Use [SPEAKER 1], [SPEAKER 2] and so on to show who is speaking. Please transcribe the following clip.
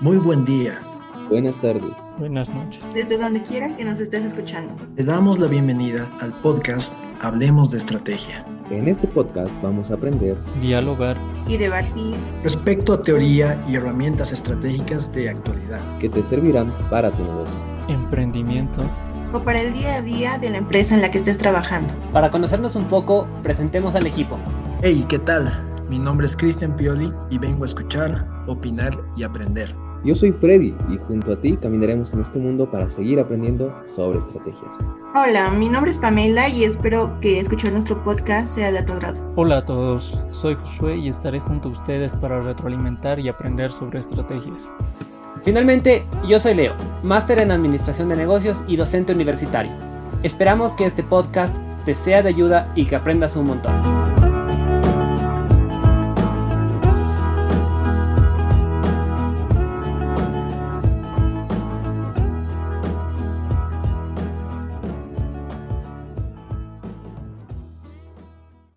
[SPEAKER 1] Muy buen día.
[SPEAKER 2] Buenas tardes.
[SPEAKER 3] Buenas noches.
[SPEAKER 4] Desde donde quiera que nos estés escuchando.
[SPEAKER 1] Te damos la bienvenida al podcast Hablemos de Estrategia.
[SPEAKER 2] En este podcast vamos a aprender,
[SPEAKER 3] Dialogar.
[SPEAKER 4] Y debatir
[SPEAKER 1] Respecto a teoría y herramientas estratégicas de actualidad.
[SPEAKER 2] que te servirán para tu negocio.
[SPEAKER 3] Emprendimiento.
[SPEAKER 4] o para el día a día de la empresa en la que estés trabajando.
[SPEAKER 5] Para conocernos un poco, presentemos al equipo.
[SPEAKER 1] Hey, ¿qué tal? Mi nombre es Cristian Pioli y vengo a escuchar, opinar y aprender.
[SPEAKER 2] Yo soy Freddy y junto a ti caminaremos en este mundo para seguir aprendiendo sobre estrategias.
[SPEAKER 4] Hola, mi nombre es Pamela y espero que escuchar nuestro podcast sea de a tu agrado.
[SPEAKER 3] Hola a todos, soy Josué y estaré junto a ustedes para retroalimentar y aprender sobre estrategias.
[SPEAKER 5] Finalmente, yo soy Leo, máster en Administración de Negocios y docente universitario. Esperamos que este podcast te sea de ayuda y que aprendas un montón.